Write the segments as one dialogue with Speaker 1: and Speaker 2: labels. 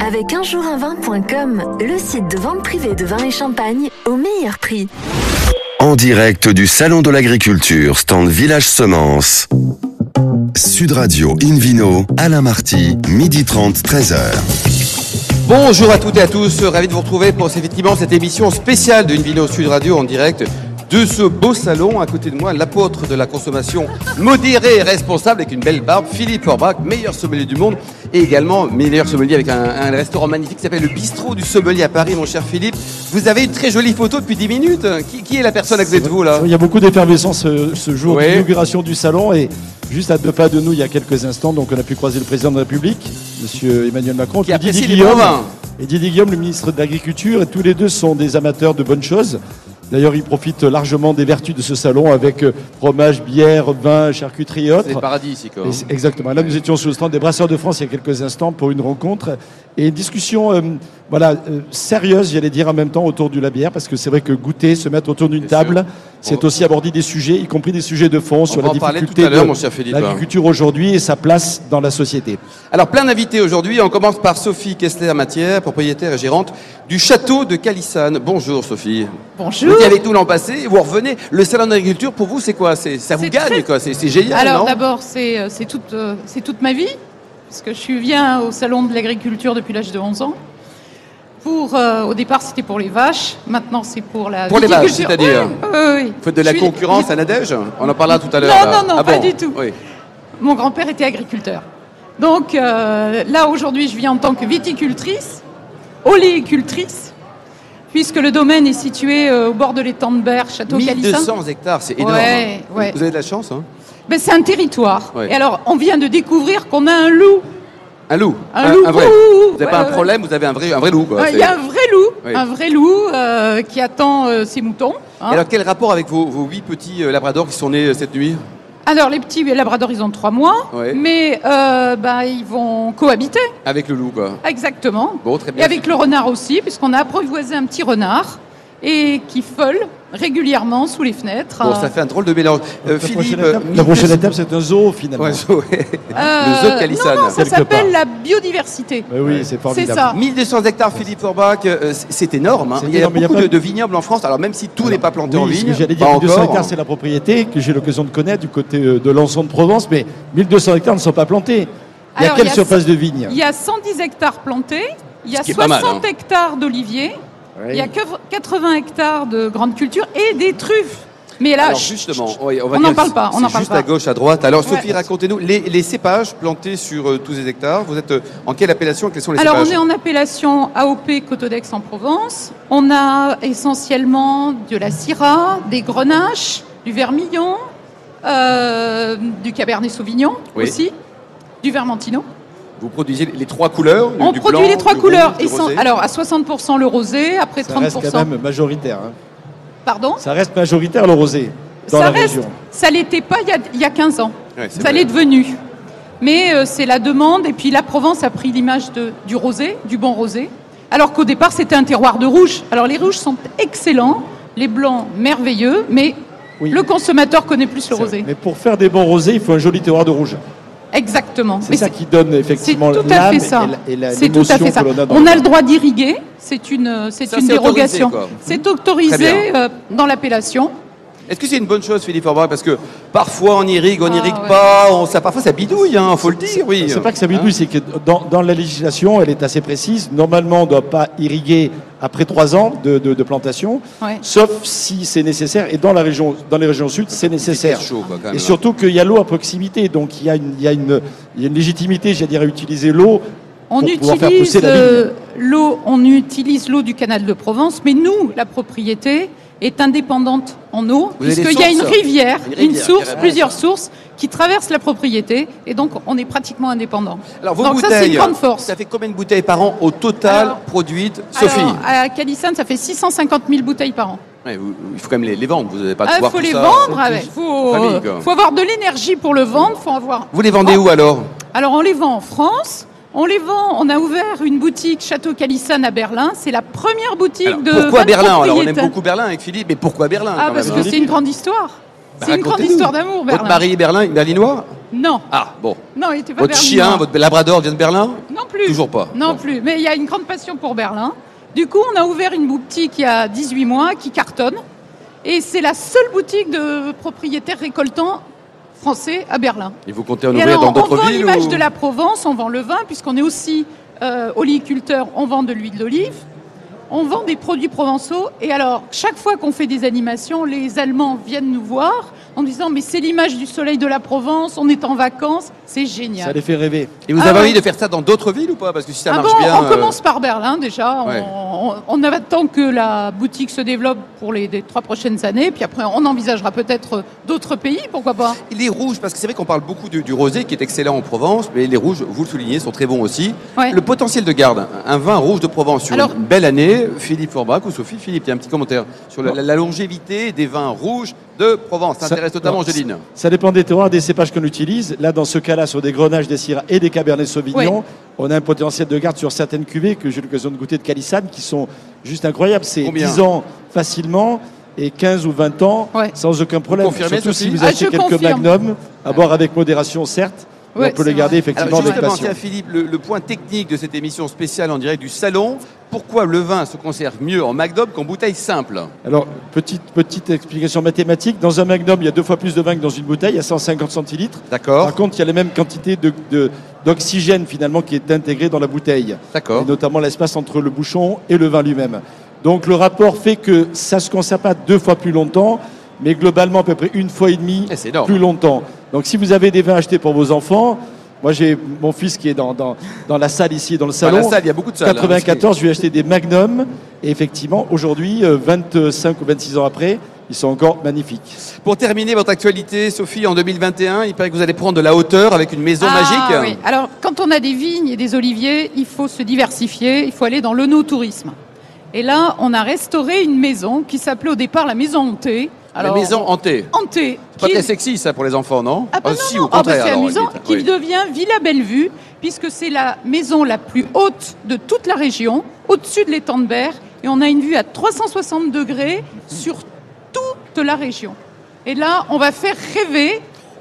Speaker 1: Avec unjourdunvin.com, le site de vente privée de vin et champagne au meilleur prix.
Speaker 2: En direct du Salon de l'Agriculture, stand Village Semences. Sud Radio Invino, Alain Marty, midi 30, 13h.
Speaker 3: Bonjour à toutes et à tous, ravi de vous retrouver pour effectivement cette émission spéciale d'une vidéo Sud Radio en direct de ce beau salon. À côté de moi, l'apôtre de la consommation modérée et responsable avec une belle barbe, Philippe Orbach, meilleur sommelier du monde et également meilleur sommelier avec un, un restaurant magnifique qui s'appelle le Bistrot du Sommelier à Paris, mon cher Philippe. Vous avez une très jolie photo depuis 10 minutes. Qui, qui est la personne à côté de vous là
Speaker 4: Il y a beaucoup d'effervescence euh, ce jour
Speaker 3: Oui.
Speaker 4: d'inauguration du salon et juste à deux pas de nous il y a quelques instants, donc on a pu croiser le président de la République, Monsieur Emmanuel Macron,
Speaker 3: Qui
Speaker 4: puis
Speaker 3: apprécie les bons vins.
Speaker 4: et Didier Guillaume, le ministre de l'Agriculture, et tous les deux sont des amateurs de bonnes choses. D'ailleurs, ils profitent largement des vertus de ce salon avec euh, fromage, bière, vin, charcuterie et
Speaker 3: C'est le
Speaker 4: autres.
Speaker 3: paradis ici quoi.
Speaker 4: Et c'est- Exactement. Là, nous étions sous le stand des Brasseurs de France il y a quelques instants pour une rencontre et une discussion, euh, voilà, euh, sérieuse, j'allais dire en même temps autour de la bière, parce que c'est vrai que goûter, se mettre autour d'une
Speaker 3: Bien sûr.
Speaker 4: table, c'est
Speaker 3: va-
Speaker 4: aussi aborder des sujets, y compris des sujets de fond sur
Speaker 3: va
Speaker 4: la
Speaker 3: en parler
Speaker 4: difficulté
Speaker 3: tout à l'heure,
Speaker 4: de
Speaker 3: mon cher Philippe.
Speaker 4: l'agriculture aujourd'hui et sa place dans la société.
Speaker 3: Alors, plein d'invités aujourd'hui. On commence par Sophie Kessler-Matière, propriétaire et gérante du château de Calissane. Bonjour, Sophie.
Speaker 5: Bonjour.
Speaker 3: Vous étiez avec nous l'an passé, vous revenez. Le salon d'agriculture, pour vous, c'est quoi C'est- Ça vous
Speaker 5: C'est
Speaker 3: gagne,
Speaker 5: très-
Speaker 3: quoi C'est c'est génial,
Speaker 5: Alors
Speaker 3: non
Speaker 5: d'abord, c'est euh, c'est toute, euh, c'est toute ma vie, parce que je viens au salon de l'agriculture depuis l'âge de 11 ans. Pour, euh, au départ, c'était pour les vaches, maintenant c'est pour la
Speaker 3: Pour les vaches,
Speaker 5: viticulture.
Speaker 3: c'est-à-dire
Speaker 5: Oui, oui, oui.
Speaker 3: Vous faites de la
Speaker 5: Je suis-
Speaker 3: concurrence à Nadège On en parlera tout à l'heure.
Speaker 5: Non,
Speaker 3: là.
Speaker 5: non, non,
Speaker 3: Ah
Speaker 5: pas
Speaker 3: bon
Speaker 5: du tout.
Speaker 3: Oui.
Speaker 5: Mon grand-père était agriculteur. Donc euh, là, aujourd'hui, je viens en tant que viticultrice, oléicultrice, puisque le domaine est situé euh, au bord de l'étang de Berre, château Calissin.
Speaker 3: 1200 hectares, c'est énorme.
Speaker 5: Ouais,
Speaker 3: hein.
Speaker 5: ouais.
Speaker 3: Vous avez de la chance, hein
Speaker 5: Ben, c'est un territoire.
Speaker 3: Ouais.
Speaker 5: Et alors, on vient de découvrir qu'on a un loup.
Speaker 3: Un loup.
Speaker 5: Un loup,
Speaker 3: vrai.
Speaker 5: ouh, ouh,
Speaker 3: Vous n'avez pas
Speaker 5: ouais,
Speaker 3: un
Speaker 5: ouais.
Speaker 3: problème, vous avez un vrai, un vrai loup, quoi.
Speaker 5: Ouais,
Speaker 3: C'est-
Speaker 5: Euh, Il y a un vrai loup,
Speaker 3: Oui.
Speaker 5: un vrai loup euh, qui attend euh, ses moutons. hein.
Speaker 3: Et
Speaker 5: Alors,
Speaker 3: alors, quel rapport avec vos, vos huit petits euh, labradors qui sont nés euh, cette nuit
Speaker 5: les petits labradors, ils ont trois mois,
Speaker 3: Ouais.
Speaker 5: mais euh, bah, ils vont cohabiter,
Speaker 3: Avec le loup, quoi.
Speaker 5: exactement.
Speaker 3: Bon, très bien.
Speaker 5: Et avec le renard aussi, puisqu'on a apprivoisé un petit renard et qui feule régulièrement sous les fenêtres.
Speaker 3: Bon, ça fait un drôle de mélange. Euh,
Speaker 4: la
Speaker 3: Philippe,
Speaker 4: prochaine étape, la prochaine étape, c'est un zoo finalement.
Speaker 3: Ouais, ouais.
Speaker 5: Euh,
Speaker 3: le zoo de Calissane.
Speaker 5: non, non, ça
Speaker 4: quelque
Speaker 5: s'appelle la biodiversité.
Speaker 4: Ben oui, c'est
Speaker 5: C'est
Speaker 4: formidable.
Speaker 5: ça.
Speaker 3: 1200 hectares, Philippe Orbach, euh, c'est- c'est énorme. hein.
Speaker 4: C'est
Speaker 3: Il y a
Speaker 4: énorme, il y a
Speaker 3: beaucoup de,
Speaker 4: pas-
Speaker 3: de vignobles en France. Alors même si tout n'est pas planté en
Speaker 4: Oui, ce que
Speaker 3: vigne,
Speaker 4: j'allais
Speaker 3: pas
Speaker 4: dire 1200
Speaker 3: encore.
Speaker 4: hectares, c'est la propriété que j'ai l'occasion de connaître du côté euh, de l'ensemble de Provence, mais 1200 hectares ne sont pas plantés. Il y a
Speaker 5: Alors,
Speaker 4: quelle
Speaker 5: il y a-
Speaker 4: surface de vigne
Speaker 5: Il y a 110 hectares plantés, il y a
Speaker 3: qui est pas
Speaker 5: 60
Speaker 3: mal, hein.
Speaker 5: hectares d'oliviers, il y a
Speaker 4: Oui.
Speaker 5: que 80 hectares de grandes cultures et des truffes. Mais là,
Speaker 3: Alors
Speaker 5: chut,
Speaker 3: justement,
Speaker 5: chut,
Speaker 3: oui, on va
Speaker 5: on
Speaker 3: dire
Speaker 5: n'en parle pas, on
Speaker 3: c'est
Speaker 5: n'en parle
Speaker 3: juste
Speaker 5: pas.
Speaker 3: à gauche, à droite. Alors Sophie,
Speaker 5: Ouais.
Speaker 3: racontez-nous les, les cépages plantés sur euh, tous ces hectares. Vous êtes euh, en quelle appellation Quels sont les
Speaker 5: Alors, on
Speaker 3: cépages
Speaker 5: est en appellation AOP Cotodex en Provence. On a essentiellement de la Syrah, des Grenaches, du Vermillon, euh, du Cabernet Sauvignon
Speaker 3: Oui.
Speaker 5: aussi, du Vermentino.
Speaker 3: Vous produisez les trois couleurs du-
Speaker 5: on
Speaker 3: du
Speaker 5: produit
Speaker 3: blanc,
Speaker 5: les trois
Speaker 3: du
Speaker 5: couleurs.
Speaker 3: rouge,
Speaker 5: et
Speaker 3: du
Speaker 5: sont-
Speaker 3: rosé.
Speaker 5: alors, à 60% le rosé, après
Speaker 4: Ça reste
Speaker 5: 30%.
Speaker 4: quand même majoritaire. hein.
Speaker 5: Pardon
Speaker 4: Ça reste majoritaire le rosé dans
Speaker 5: Ça
Speaker 4: la
Speaker 5: reste.
Speaker 4: région.
Speaker 5: Ça l'était pas il y a, il y a 15 ans.
Speaker 3: Ouais, c'est
Speaker 5: Ça
Speaker 3: vrai.
Speaker 5: l'est devenu. Mais euh, c'est la demande. Et puis la Provence a pris l'image de- du rosé, du bon rosé. Alors qu'au départ, c'était un terroir de rouge. Alors les rouges sont excellents, les blancs merveilleux, mais
Speaker 4: Oui.
Speaker 5: le consommateur connaît plus le rosé.
Speaker 4: Mais pour faire des bons rosés, il faut un joli terroir de rouge.
Speaker 5: Exactement.
Speaker 4: C'est
Speaker 5: Mais
Speaker 4: ça qui donne
Speaker 5: c'est
Speaker 4: effectivement
Speaker 5: tout à
Speaker 4: l'âme
Speaker 5: fait ça.
Speaker 4: et la- et la-
Speaker 5: C'est tout à
Speaker 4: l'émotion
Speaker 5: fait ça.
Speaker 4: que l'on a dans
Speaker 5: On a
Speaker 4: le
Speaker 5: le droit d'irriguer. C'est une, c'est
Speaker 3: Ça,
Speaker 5: une
Speaker 3: c'est autorisé,
Speaker 5: dérogation.
Speaker 3: quoi.
Speaker 5: C'est
Speaker 3: Très
Speaker 5: autorisé euh, dans l'appellation.
Speaker 3: Est-ce que c'est une bonne chose, Philippe Orbach Parce que parfois on irrigue, on
Speaker 5: Ah,
Speaker 3: n'irrigue
Speaker 5: ouais.
Speaker 3: pas. On, ça, parfois ça bidouille, hein, faut le dire. Oui. euh, hein.
Speaker 4: C'est pas que ça bidouille, c'est que dans, dans la législation, elle est assez précise. Normalement, on ne doit pas irriguer après trois ans de, de- de plantation,
Speaker 5: Ouais.
Speaker 4: sauf si c'est nécessaire. Et dans, la région, dans les régions sud, c'est nécessaire.
Speaker 3: C'est chaud, quoi, quand même,
Speaker 4: Et
Speaker 3: là.
Speaker 4: surtout qu'il y a l'eau à proximité, donc il y a une, il y a une, il y a une légitimité, j'allais dire, à utiliser l'eau
Speaker 5: On
Speaker 4: pour pouvoir faire
Speaker 5: utilise
Speaker 4: pousser la vigne.
Speaker 5: euh, l'eau, on utilise l'eau du canal de Provence, mais nous, la propriété est indépendante en eau,
Speaker 3: Vous avez des
Speaker 5: puisqu'il y a une
Speaker 3: sources hein.
Speaker 5: rivière,
Speaker 3: Une
Speaker 5: une,
Speaker 3: rivière,
Speaker 5: source,
Speaker 3: carrément.
Speaker 5: plusieurs sources qui traversent la propriété, et donc on est pratiquement indépendant.
Speaker 3: Hein Alors vos
Speaker 5: donc ça,
Speaker 3: bouteilles.
Speaker 5: c'est une grande force.
Speaker 3: Ça fait combien de bouteilles par an au total
Speaker 5: Alors-
Speaker 3: produites, Sophie
Speaker 5: Alors, ah, à Calissane, ça fait 650 000 bouteilles par an.
Speaker 3: Ouais, vous- il faut quand même les, les vendre. Vous n'avez pas
Speaker 5: Il
Speaker 3: de pouvoir
Speaker 5: faut
Speaker 3: tout
Speaker 5: les
Speaker 3: ça.
Speaker 5: vendre, ah ouais, faut,
Speaker 3: Famille,
Speaker 5: euh,
Speaker 3: quoi.
Speaker 5: faut avoir de l'énergie pour le vendre, faut avoir.
Speaker 3: Vous les vendez où alors
Speaker 5: Alors on les vend en France. On les vend, on a ouvert une boutique Château Calissane à Berlin. C'est la première boutique
Speaker 3: Alors,
Speaker 5: de.
Speaker 3: Pourquoi
Speaker 5: 20
Speaker 3: Berlin Alors on aime
Speaker 5: propriétaires.
Speaker 3: beaucoup Berlin avec Philippe, mais pourquoi Berlin
Speaker 5: Ah,
Speaker 3: quand
Speaker 5: parce
Speaker 3: même,
Speaker 5: que
Speaker 3: hein
Speaker 5: c'est une grande histoire.
Speaker 3: Bah,
Speaker 5: C'est une grande
Speaker 3: racontez-nous.
Speaker 5: histoire d'amour,
Speaker 3: Votre
Speaker 5: Berlin.
Speaker 3: mari est berlin, berlinois
Speaker 5: Non,
Speaker 3: Ah, bon.
Speaker 5: non, il était pas
Speaker 3: Votre
Speaker 5: berlinois.
Speaker 3: chien, votre labrador vient de Berlin
Speaker 5: Non plus.
Speaker 3: Toujours pas.
Speaker 5: Non
Speaker 3: Bon.
Speaker 5: plus. Mais il y a une grande passion pour Berlin. Du coup, on a ouvert une boutique il y a 18 mois qui cartonne. Et c'est la seule boutique de propriétaires récoltants français à Berlin.
Speaker 3: Et vous comptez en
Speaker 5: Et
Speaker 3: ouvrir
Speaker 5: alors,
Speaker 3: dans
Speaker 5: on
Speaker 3: d'autres
Speaker 5: vend
Speaker 3: villes
Speaker 5: l'image
Speaker 3: ou-
Speaker 5: de la Provence, on vend le vin, puisqu'on est aussi euh, oléiculteur, on vend de l'huile d'olive. On vend des produits provençaux. Et alors, chaque fois qu'on fait des animations, les Allemands viennent nous voir en disant Mais c'est l'image du soleil de la Provence, on est en vacances, c'est génial.
Speaker 4: Ça les fait rêver.
Speaker 3: Et vous
Speaker 5: Ah
Speaker 3: avez
Speaker 5: ouais.
Speaker 3: envie de faire ça dans d'autres villes ou pas Parce que si ça
Speaker 5: Ah
Speaker 3: marche
Speaker 5: bon,
Speaker 3: bien.
Speaker 5: on
Speaker 3: euh,
Speaker 5: commence par Berlin déjà. On-
Speaker 3: ouais.
Speaker 5: On, on attend que la boutique se développe pour les, les trois prochaines années. Puis après, on envisagera peut-être d'autres pays, pourquoi pas.
Speaker 3: Et les rouges, parce que c'est vrai qu'on parle beaucoup du, du rosé qui est excellent en Provence, mais les rouges, vous le soulignez, sont très bons aussi.
Speaker 5: Ouais.
Speaker 3: Le potentiel de garde, un vin rouge de Provence sur
Speaker 5: Alors-
Speaker 3: une belle année, Philippe Forbach ou Sophie Philippe, il y a un petit commentaire sur la, la- la longévité des vins rouges de Provence. Ça, intéresse notamment
Speaker 4: alors,
Speaker 3: Angéline.
Speaker 4: ça- Ça dépend des terroirs, des cépages qu'on utilise. Là, dans ce cas-là, sur des grenages, des syrahs et des cabernets sauvignon,
Speaker 5: Oui.
Speaker 4: on a un potentiel de garde sur certaines cuvées que j'ai eu l'occasion de goûter de Calissane qui sont juste incroyables. C'est
Speaker 3: Combien
Speaker 4: 10 ans facilement et 15 ou 20 ans
Speaker 5: Ouais.
Speaker 4: sans aucun problème.
Speaker 3: confirmez,
Speaker 4: Surtout
Speaker 3: Sophie
Speaker 4: si vous
Speaker 5: Ah,
Speaker 4: achetez
Speaker 5: je
Speaker 4: quelques
Speaker 5: confirme.
Speaker 4: magnums, à boire avec modération, certes. mais
Speaker 5: Ouais,
Speaker 4: on peut les
Speaker 5: c'est
Speaker 4: garder
Speaker 5: vrai.
Speaker 4: effectivement
Speaker 3: Alors
Speaker 4: avec
Speaker 3: justement,
Speaker 4: passion.
Speaker 3: tiens Philippe, le, le point technique de cette émission spéciale en direct du salon, pourquoi le vin se conserve mieux en McDob qu'en bouteille simple
Speaker 4: Alors, petite, petite explication mathématique. Dans un magnum, il y a deux fois plus de vin que dans une bouteille, à 150 centilitres. Par
Speaker 3: D'accord
Speaker 4: contre, il y a la même quantité de- de- d'oxygène finalement qui est intégré dans la bouteille, et
Speaker 3: D'accord.
Speaker 4: notamment l'espace entre le bouchon et le vin lui-même. Donc le rapport fait que ça se conserve pas deux fois plus longtemps, mais globalement à peu près une fois et demie
Speaker 3: Eh, C'est énorme.
Speaker 4: plus longtemps. Donc si vous avez des vins achetés pour vos enfants, moi j'ai mon fils qui est dans, dans, dans la salle ici, dans le
Speaker 3: Dans
Speaker 4: salon.
Speaker 3: la salle, il y a beaucoup de salles. hein, parce que-
Speaker 4: 94, je lui ai acheté des Magnum et effectivement aujourd'hui, euh, 25 ou 26 ans après, ils sont encore magnifiques.
Speaker 3: Pour terminer votre actualité, Sophie, en 2021, il paraît que vous allez prendre de la hauteur avec une maison
Speaker 5: Ah,
Speaker 3: magique.
Speaker 5: oui. Alors, quand on a des vignes et des oliviers, il faut se diversifier, il faut aller dans l'onotourisme. Et là, on a restauré une maison qui s'appelait au départ la maison hantée.
Speaker 3: la maison hantée.
Speaker 5: hantée.
Speaker 3: C'est Pas
Speaker 5: qui-
Speaker 3: très sexy ça pour les enfants, non
Speaker 5: Ah bah
Speaker 3: Ah,
Speaker 5: non,
Speaker 3: si,
Speaker 5: non.
Speaker 3: au contraire.
Speaker 5: Ah bah c'est
Speaker 3: alors,
Speaker 5: amusant,
Speaker 3: à la limite.
Speaker 5: qui
Speaker 3: Oui.
Speaker 5: devient Villa Bellevue, puisque c'est la maison la plus haute de toute la région, au-dessus de l'étang de Berre, et on a une vue à 360 degrés sur toute la région. Et là, on va faire rêver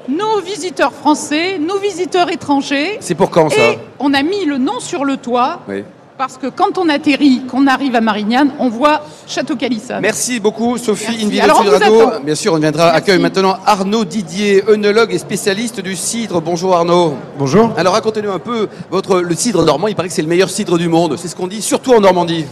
Speaker 5: nos visiteurs français, nos visiteurs étrangers,
Speaker 3: C'est pour quand ça
Speaker 5: et on a mis le nom sur le toit,
Speaker 3: Oui.
Speaker 5: parce que quand on atterrit, qu'on arrive à Marignane, on voit Château Calissane.
Speaker 3: Merci beaucoup Sophie
Speaker 5: Merci.
Speaker 3: Invino
Speaker 5: Alors, on
Speaker 3: Sud
Speaker 5: vous
Speaker 3: Radio.
Speaker 5: attend.
Speaker 3: Bien sûr, on viendra
Speaker 5: Merci.
Speaker 3: accueille maintenant Arnaud Didier, œnologue et spécialiste du cidre. Bonjour Arnaud.
Speaker 6: Bonjour.
Speaker 3: Alors racontez-nous un peu votre le cidre normand, il paraît que c'est le meilleur cidre du monde, c'est ce qu'on dit surtout en Normandie.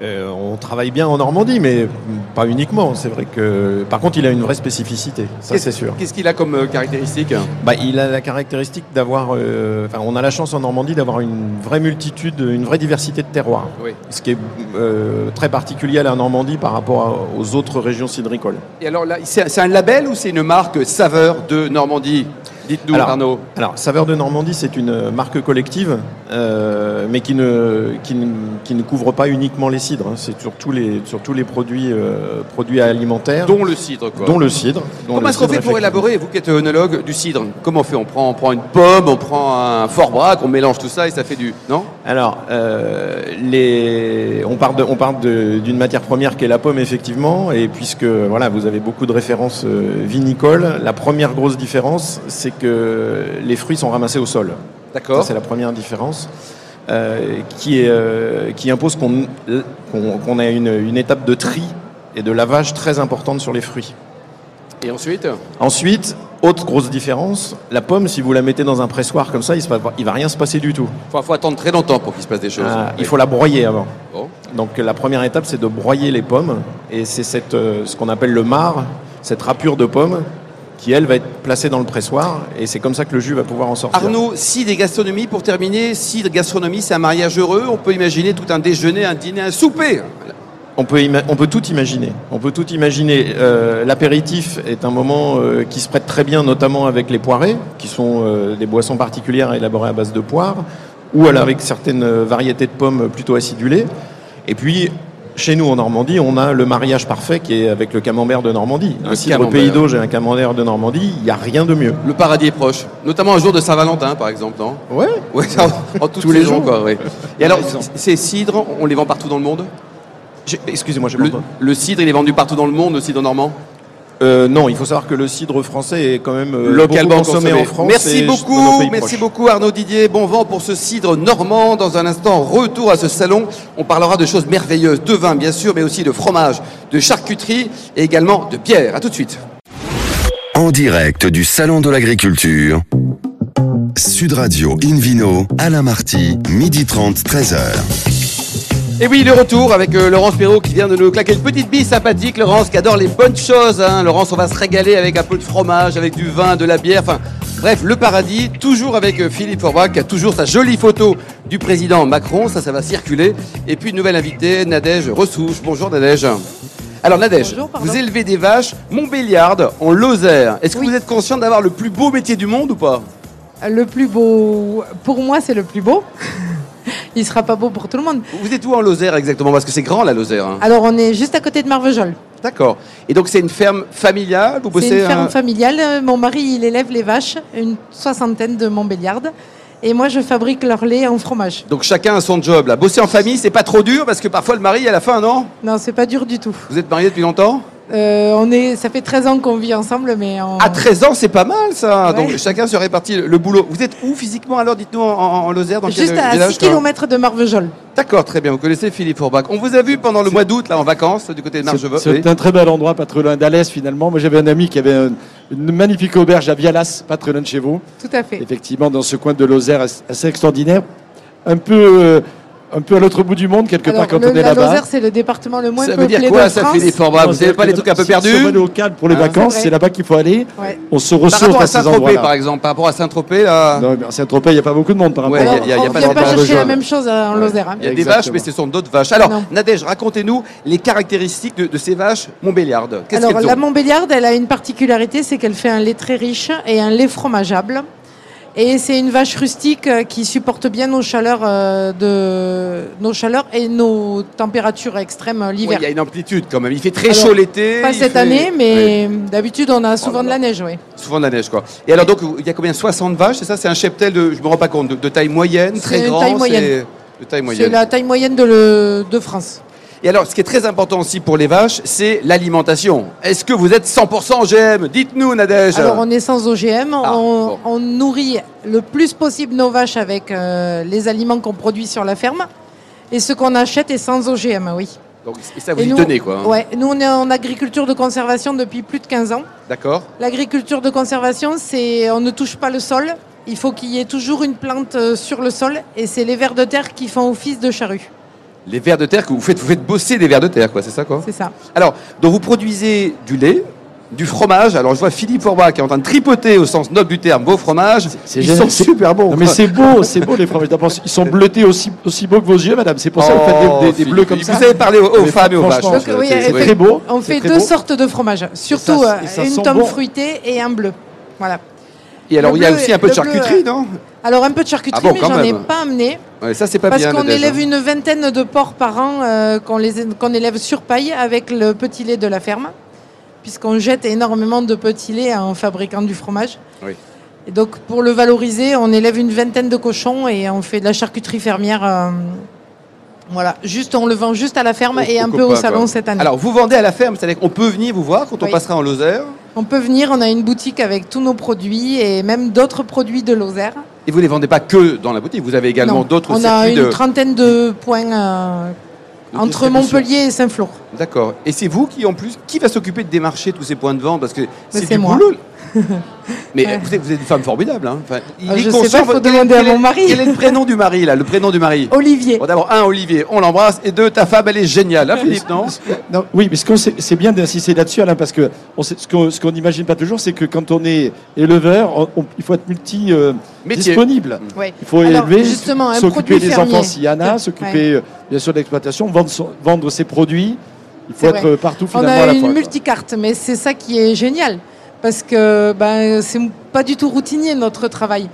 Speaker 6: Euh, on travaille bien en Normandie, mais pas uniquement. C'est vrai que, par contre, il a une vraie spécificité. Ça,
Speaker 3: Qu'est-ce-
Speaker 6: c'est sûr.
Speaker 3: Qu'est-ce qu'il a comme euh, caractéristique
Speaker 6: Bah, il a la caractéristique d'avoir. euh, Enfin, on a la chance en Normandie d'avoir une vraie multitude, une vraie diversité de terroirs.
Speaker 3: Oui.
Speaker 6: Ce qui est euh, très particulier à la Normandie par rapport à- aux autres régions cidricoles.
Speaker 3: Et alors là, c'est c'est un label ou c'est une marque saveur de Normandie Dites-nous
Speaker 6: Alors,
Speaker 3: Arnaud.
Speaker 6: Alors, Saveur de Normandie, c'est une marque collective, euh, mais qui ne, qui, ne, qui ne couvre pas uniquement les cidres. hein. C'est sur tous les, sur tous les produits, euh, produits alimentaires,
Speaker 3: Dont le cidre quoi.
Speaker 6: dont le cidre. dont
Speaker 3: Comment
Speaker 6: le
Speaker 3: est-ce qu'on
Speaker 6: cidre,
Speaker 3: fait pour
Speaker 6: effectivement.
Speaker 3: élaborer, vous qui êtes euh, œnologue, du cidre Comment on fait on prend, on prend une pomme, on prend un fort braque, on mélange tout ça et ça fait du. Non
Speaker 6: Alors, euh, les... on part de- on part de- d'une matière première qui est la pomme, effectivement, et puisque voilà, vous avez beaucoup de références euh, vinicoles, la première grosse différence, c'est que les fruits sont ramassés au sol. Ça,
Speaker 3: D'accord
Speaker 6: c'est la première différence. euh, qui, est, euh, qui impose qu'on qu'on- qu'on ait une, une étape de tri et de lavage très importante sur les fruits.
Speaker 3: Et ensuite
Speaker 6: Ensuite, autre grosse différence, la pomme, si vous la mettez dans un pressoir comme ça, il ne va rien se passer du tout.
Speaker 3: Il faut attendre très longtemps pour qu'il se passe des choses.
Speaker 6: Ah,
Speaker 3: Oui.
Speaker 6: Il faut la broyer avant.
Speaker 3: Bon.
Speaker 6: Donc la première étape, c'est de broyer les pommes. Et c'est cette, euh, ce qu'on appelle le mar, cette râpure de pommes, qui elle va être placée dans le pressoir. Et c'est comme ça que le jus va pouvoir en sortir.
Speaker 3: Arnaud, cidre et gastronomie, pour terminer, cidre, gastronomie, c'est un mariage heureux. On peut imaginer tout un déjeuner, un dîner, un souper.
Speaker 6: On peut, ima- on peut tout imaginer. On peut tout imaginer. Euh, L'apéritif est un moment euh, qui se prête très bien, notamment avec les poirées, qui sont euh, des boissons particulières élaborées à base de poire, ou alors avec certaines euh, variétés de pommes plutôt acidulées. Et puis, chez nous en Normandie, on a le mariage parfait qui est avec le camembert de Normandie.
Speaker 3: Le
Speaker 6: Un cidre
Speaker 3: camembert.
Speaker 6: Pays d'Auge et un camembert de Normandie, il n'y a rien de mieux.
Speaker 3: Le paradis est proche. Notamment un jour de Saint-Valentin, par exemple, non
Speaker 6: Ouais.
Speaker 3: Oui, en, en toute
Speaker 6: Tous les
Speaker 3: saison,
Speaker 6: jours.
Speaker 3: quoi, oui. Et alors,
Speaker 6: Par exemple.
Speaker 3: ces cidres, on les vend partout dans le monde
Speaker 6: J'ai- Excusez-moi, j'ai pas
Speaker 3: le,
Speaker 6: entendu.
Speaker 3: le cidre, il est vendu partout dans le monde, le cidre normand
Speaker 6: Euh, non, il faut savoir que le cidre français est quand même euh,
Speaker 3: localement
Speaker 6: beaucoup consommé, en France.
Speaker 3: Merci
Speaker 6: et dans nos
Speaker 3: beaucoup,
Speaker 6: pays
Speaker 3: merci
Speaker 6: proches.
Speaker 3: beaucoup Arnaud Didier. Bon vent pour ce cidre normand. Dans un instant, retour à ce salon. On parlera de choses merveilleuses, de vin bien sûr, mais aussi de fromage, de charcuterie et également de bière. À tout de suite.
Speaker 2: En direct du Salon de l'Agriculture. Sud Radio Invino, Alain Marty, midi 30, 13h.
Speaker 3: Et oui, le retour avec euh, Laurence Perrault qui vient de nous claquer une petite bille sympathique. Laurence qui adore les bonnes choses. hein. Laurence, on va se régaler avec un peu de fromage, avec du vin, de la bière. Enfin, bref, le paradis. Toujours avec euh, Philippe Forbach qui a toujours sa jolie photo du président Macron. Ça, ça va circuler. Et puis, une nouvelle invitée, Nadège Ressouche. Bonjour, Nadège. Alors, Nadège,
Speaker 7: Bonjour, pardon.
Speaker 3: vous élevez des vaches Montbéliarde en Lozère. Est-ce que
Speaker 7: Oui.
Speaker 3: vous êtes consciente d'avoir le plus beau métier du monde ou pas
Speaker 7: Le plus beau, pour moi, c'est le plus beau. Il sera pas beau pour tout le monde.
Speaker 3: Vous êtes où en Lozère exactement Parce que c'est grand, la Lozère. hein.
Speaker 7: Alors, on est juste à côté de Marvejol.
Speaker 3: D'accord. Et donc, c'est une ferme familiale Vous
Speaker 7: C'est
Speaker 3: bossez hein,
Speaker 7: une ferme
Speaker 3: un-
Speaker 7: familiale. Euh, Mon mari, il élève les vaches, une soixantaine de Montbéliarde. Et moi, je fabrique leur lait en fromage.
Speaker 3: Donc chacun a son job là. Bosser en famille, c'est pas trop dur parce que parfois le mari à la fin, non
Speaker 7: Non, c'est pas dur du tout.
Speaker 3: Vous êtes mariés depuis longtemps
Speaker 7: Euh, on est, ça fait 13 ans qu'on vit ensemble, mais on-
Speaker 3: À 13 ans, c'est pas mal ça.
Speaker 7: Ouais.
Speaker 3: Donc chacun se répartit le, le boulot. Vous êtes où physiquement alors Dites-nous en, en, en Lozère, dans
Speaker 7: juste
Speaker 3: quel
Speaker 7: à
Speaker 3: village
Speaker 7: 6
Speaker 3: quoi
Speaker 7: km de Marvejol.
Speaker 3: D'accord, très bien. Vous connaissez Philippe Fourbac. On vous a vu pendant le mois d'août là en vacances du côté de Marcheveux.
Speaker 4: C'est c'est un très bel endroit, pas très loin d'Alès finalement. Moi j'avais un ami qui avait un- une magnifique auberge à Vialas, pas très loin de chez vous.
Speaker 7: Tout à fait.
Speaker 4: Effectivement, dans ce coin de Lozère assez assez extraordinaire, un peu, euh, un peu à l'autre bout du monde quelque
Speaker 7: Alors,
Speaker 4: part quand
Speaker 7: le-
Speaker 4: on est
Speaker 7: la
Speaker 4: là-bas.
Speaker 7: Lozère, c'est le département le moins
Speaker 3: Ça veut
Speaker 7: peuplé
Speaker 3: dire quoi
Speaker 7: de
Speaker 3: ça,
Speaker 7: France.
Speaker 3: Philippe Fourbac Ah bah, Vous n'avez pas les trucs un peu
Speaker 4: Si on va
Speaker 3: perdus
Speaker 4: aller au calme pour les
Speaker 3: Hein,
Speaker 4: vacances,
Speaker 7: c'est vrai.
Speaker 4: c'est là-bas qu'il faut aller.
Speaker 7: Ouais.
Speaker 4: On se
Speaker 3: Par
Speaker 4: ressource
Speaker 3: rapport
Speaker 4: à
Speaker 3: à
Speaker 4: ces
Speaker 3: Saint-Tropez par
Speaker 4: endroits-là.
Speaker 3: exemple, par rapport à Saint-Tropez là.
Speaker 4: Non, mais à Saint-Tropez, il n'y a pas beaucoup de monde par rapport
Speaker 3: Ouais,
Speaker 4: à
Speaker 7: Alors,
Speaker 3: y a- y a
Speaker 7: on
Speaker 3: pas
Speaker 7: vient
Speaker 3: de
Speaker 7: pas
Speaker 3: Marvejol.
Speaker 7: chercher la même chose euh, en Lozère. hein.
Speaker 3: Il y a
Speaker 4: Exactement.
Speaker 3: des vaches, mais ce sont d'autres vaches. Alors,
Speaker 7: Non.
Speaker 3: Nadège, racontez-nous les caractéristiques de, de ces vaches Montbéliardes. Qu'est-ce
Speaker 7: Alors,
Speaker 3: qu'elles
Speaker 7: la
Speaker 3: ont
Speaker 7: Montbéliarde, elle a une particularité, c'est qu'elle fait un lait très riche et un lait fromageable. Et c'est une vache rustique euh, qui supporte bien nos chaleurs, euh, de, nos chaleurs et nos températures extrêmes euh,
Speaker 3: Ouais,
Speaker 7: l'hiver.
Speaker 3: Il y a une amplitude quand même. Il fait très
Speaker 7: Alors,
Speaker 3: chaud l'été.
Speaker 7: Pas
Speaker 3: il
Speaker 7: cette
Speaker 3: fait- Oh
Speaker 7: année, mais d'habitude, on a souvent
Speaker 3: là
Speaker 7: de la neige, oui.
Speaker 3: Souvent de la neige, quoi. Et alors, donc, il y a combien 60 vaches, c'est ça C'est un cheptel de, je me rends pas compte, de, de taille moyenne,
Speaker 7: C'est
Speaker 3: très
Speaker 7: une
Speaker 3: grand
Speaker 7: taille
Speaker 3: c'est-
Speaker 7: moyenne.
Speaker 3: De taille
Speaker 7: C'est
Speaker 3: moyenne.
Speaker 7: la taille moyenne de, le- de France.
Speaker 3: Et alors, ce qui est très important aussi pour les vaches, c'est l'alimentation. Est-ce que vous êtes 100% GM Dites-nous, Nadège.
Speaker 7: Alors, on est sans OGM.
Speaker 3: Ah,
Speaker 7: on,
Speaker 3: bon.
Speaker 7: on nourrit le plus possible nos vaches avec euh, les aliments qu'on produit sur la ferme. Et ce qu'on achète est sans OGM, oui.
Speaker 3: Donc, et ça, vous
Speaker 7: Et
Speaker 3: y
Speaker 7: nous-
Speaker 3: tenez, quoi. hein.
Speaker 7: Ouais, nous on est en agriculture de conservation depuis plus de 15 ans.
Speaker 3: D'accord
Speaker 7: L'agriculture de conservation, c'est on ne touche pas le sol. Il faut qu'il y ait toujours une plante euh, sur le sol et c'est les vers de terre qui font office de charrue.
Speaker 3: Les vers de terre que vous faites, vous faites bosser des vers de terre, quoi, c'est ça, quoi
Speaker 7: C'est ça.
Speaker 3: Alors, donc vous produisez du lait, du fromage. Alors, je vois Philippe Fourba qui est en train de tripoter au sens noble du terme, beau fromage.
Speaker 4: c'est
Speaker 3: Ils
Speaker 4: génial.
Speaker 3: sont
Speaker 4: C'est-
Speaker 3: super bons.
Speaker 4: Non, mais
Speaker 3: quoi.
Speaker 4: c'est beau, c'est beau les fromages. D'abord, ils sont bleutés aussi, aussi beaux que vos yeux, madame. C'est pour ça que vous
Speaker 3: Oh,
Speaker 4: faites des- des, des
Speaker 3: Philippe,
Speaker 4: bleus comme ça.
Speaker 3: Vous avez parlé aux, aux
Speaker 4: Mais
Speaker 3: femmes et aux vaches.
Speaker 4: franchement,
Speaker 7: Donc, oui,
Speaker 3: C'est-
Speaker 4: Oh, C'est
Speaker 7: effectivement.
Speaker 4: très beau.
Speaker 7: On
Speaker 4: c'est
Speaker 7: fait
Speaker 4: très
Speaker 7: deux
Speaker 4: beau.
Speaker 7: sortes de fromage, surtout
Speaker 4: ça- et ça
Speaker 7: euh, une
Speaker 4: sent
Speaker 7: tome
Speaker 4: bon.
Speaker 7: fruitée et un bleu. Voilà.
Speaker 3: Et alors,
Speaker 7: Le
Speaker 3: il y a
Speaker 7: bleu
Speaker 3: aussi
Speaker 7: est-
Speaker 3: un peu de
Speaker 7: le bleu,
Speaker 3: charcuterie,
Speaker 7: euh,
Speaker 3: non
Speaker 7: Alors un peu de charcuterie,
Speaker 3: Ah bon,
Speaker 7: mais
Speaker 3: quand
Speaker 7: j'en ai
Speaker 3: même.
Speaker 7: pas amené
Speaker 3: ouais, Ça, c'est pas
Speaker 7: parce
Speaker 3: bien.
Speaker 7: qu'on
Speaker 3: Nadège,
Speaker 7: élève
Speaker 3: hein.
Speaker 7: une vingtaine de porcs par an euh, qu'on les- qu'on élève sur paille avec le petit lait de la ferme, puisqu'on jette énormément de petits laits en fabriquant du fromage.
Speaker 3: Oui.
Speaker 7: Et donc pour le valoriser, on élève une vingtaine de cochons et on fait de la charcuterie fermière. euh, voilà, juste on le vend juste à la ferme
Speaker 3: Au-
Speaker 7: et
Speaker 3: au
Speaker 7: un peu
Speaker 3: copain,
Speaker 7: au salon
Speaker 3: quoi.
Speaker 7: cette année.
Speaker 3: Alors, vous vendez à la ferme, c'est-à-dire qu'on peut venir vous voir quand on
Speaker 7: Oui.
Speaker 3: passera en Lozère
Speaker 7: on peut venir, on a une boutique avec tous nos produits et même d'autres produits de Lozère.
Speaker 3: et vous ne les vendez pas que dans la boutique, vous avez également
Speaker 7: Non,
Speaker 3: d'autres
Speaker 7: on a
Speaker 3: circuits
Speaker 7: une
Speaker 3: de...
Speaker 7: trentaine de points euh,
Speaker 3: de
Speaker 7: entre
Speaker 3: distribution.
Speaker 7: Montpellier et Saint-Flour.
Speaker 3: D'accord. Et c'est vous qui, en plus, qui va s'occuper de démarcher tous ces points de vente Parce que c'est
Speaker 7: c'est
Speaker 3: du
Speaker 7: moi.
Speaker 3: boulot. Mais euh, vous êtes, vous êtes une femme formidable. Hein. Enfin, il
Speaker 7: Ah,
Speaker 3: est
Speaker 7: je sais
Speaker 3: conscient-
Speaker 7: pas, faut
Speaker 3: quel est-
Speaker 7: demander à
Speaker 3: quel est-
Speaker 7: mon mari. Oh.
Speaker 3: Quel est le prénom du mari, là Le prénom du mari
Speaker 7: Olivier.
Speaker 3: Bon, d'abord, un, Olivier, on l'embrasse. Et deux, ta femme, elle est géniale, hein, Philippe, non
Speaker 4: Non, oui, mais ce qu'on sait- c'est bien d'insister là-dessus, Alain, parce que on sait- ce qu'on ce qu'on n'imagine pas toujours, c'est que quand on est éleveur, on- on- il faut être multi euh,
Speaker 3: Métier. Mm.
Speaker 4: disponible.
Speaker 7: Ouais.
Speaker 4: Il faut
Speaker 7: Alors,
Speaker 4: élever,
Speaker 7: justement, un
Speaker 4: s'occuper
Speaker 7: produit
Speaker 4: des
Speaker 7: fermier.
Speaker 4: enfants s'il y en a, s'occuper euh, bien sûr de l'exploitation, vendre, son- vendre ses produits. Il faut
Speaker 7: C'est
Speaker 4: être
Speaker 7: vrai.
Speaker 4: euh, partout
Speaker 7: On
Speaker 4: finalement à
Speaker 7: a
Speaker 4: la
Speaker 7: une
Speaker 4: fois. quoi.
Speaker 7: multicarte, mais c'est ça qui est génial. Parce que ben, c'est pas du tout routinier notre travail.